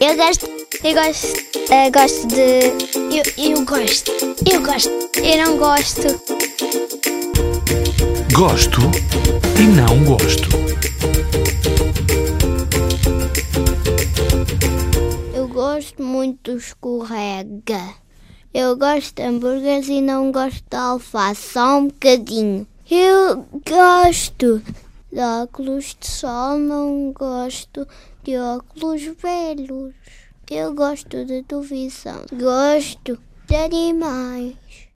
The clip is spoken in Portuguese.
Eu gosto. Eu gosto. Eu gosto de. Eu, eu gosto. Eu gosto. Eu não gosto. Gosto e não gosto. Eu gosto muito do escorrega. Eu gosto de hambúrgueres e não gosto de alface, só um bocadinho. Eu gosto de óculos de sol, não gosto de óculos velhos. Eu gosto de televisão, gosto de animais.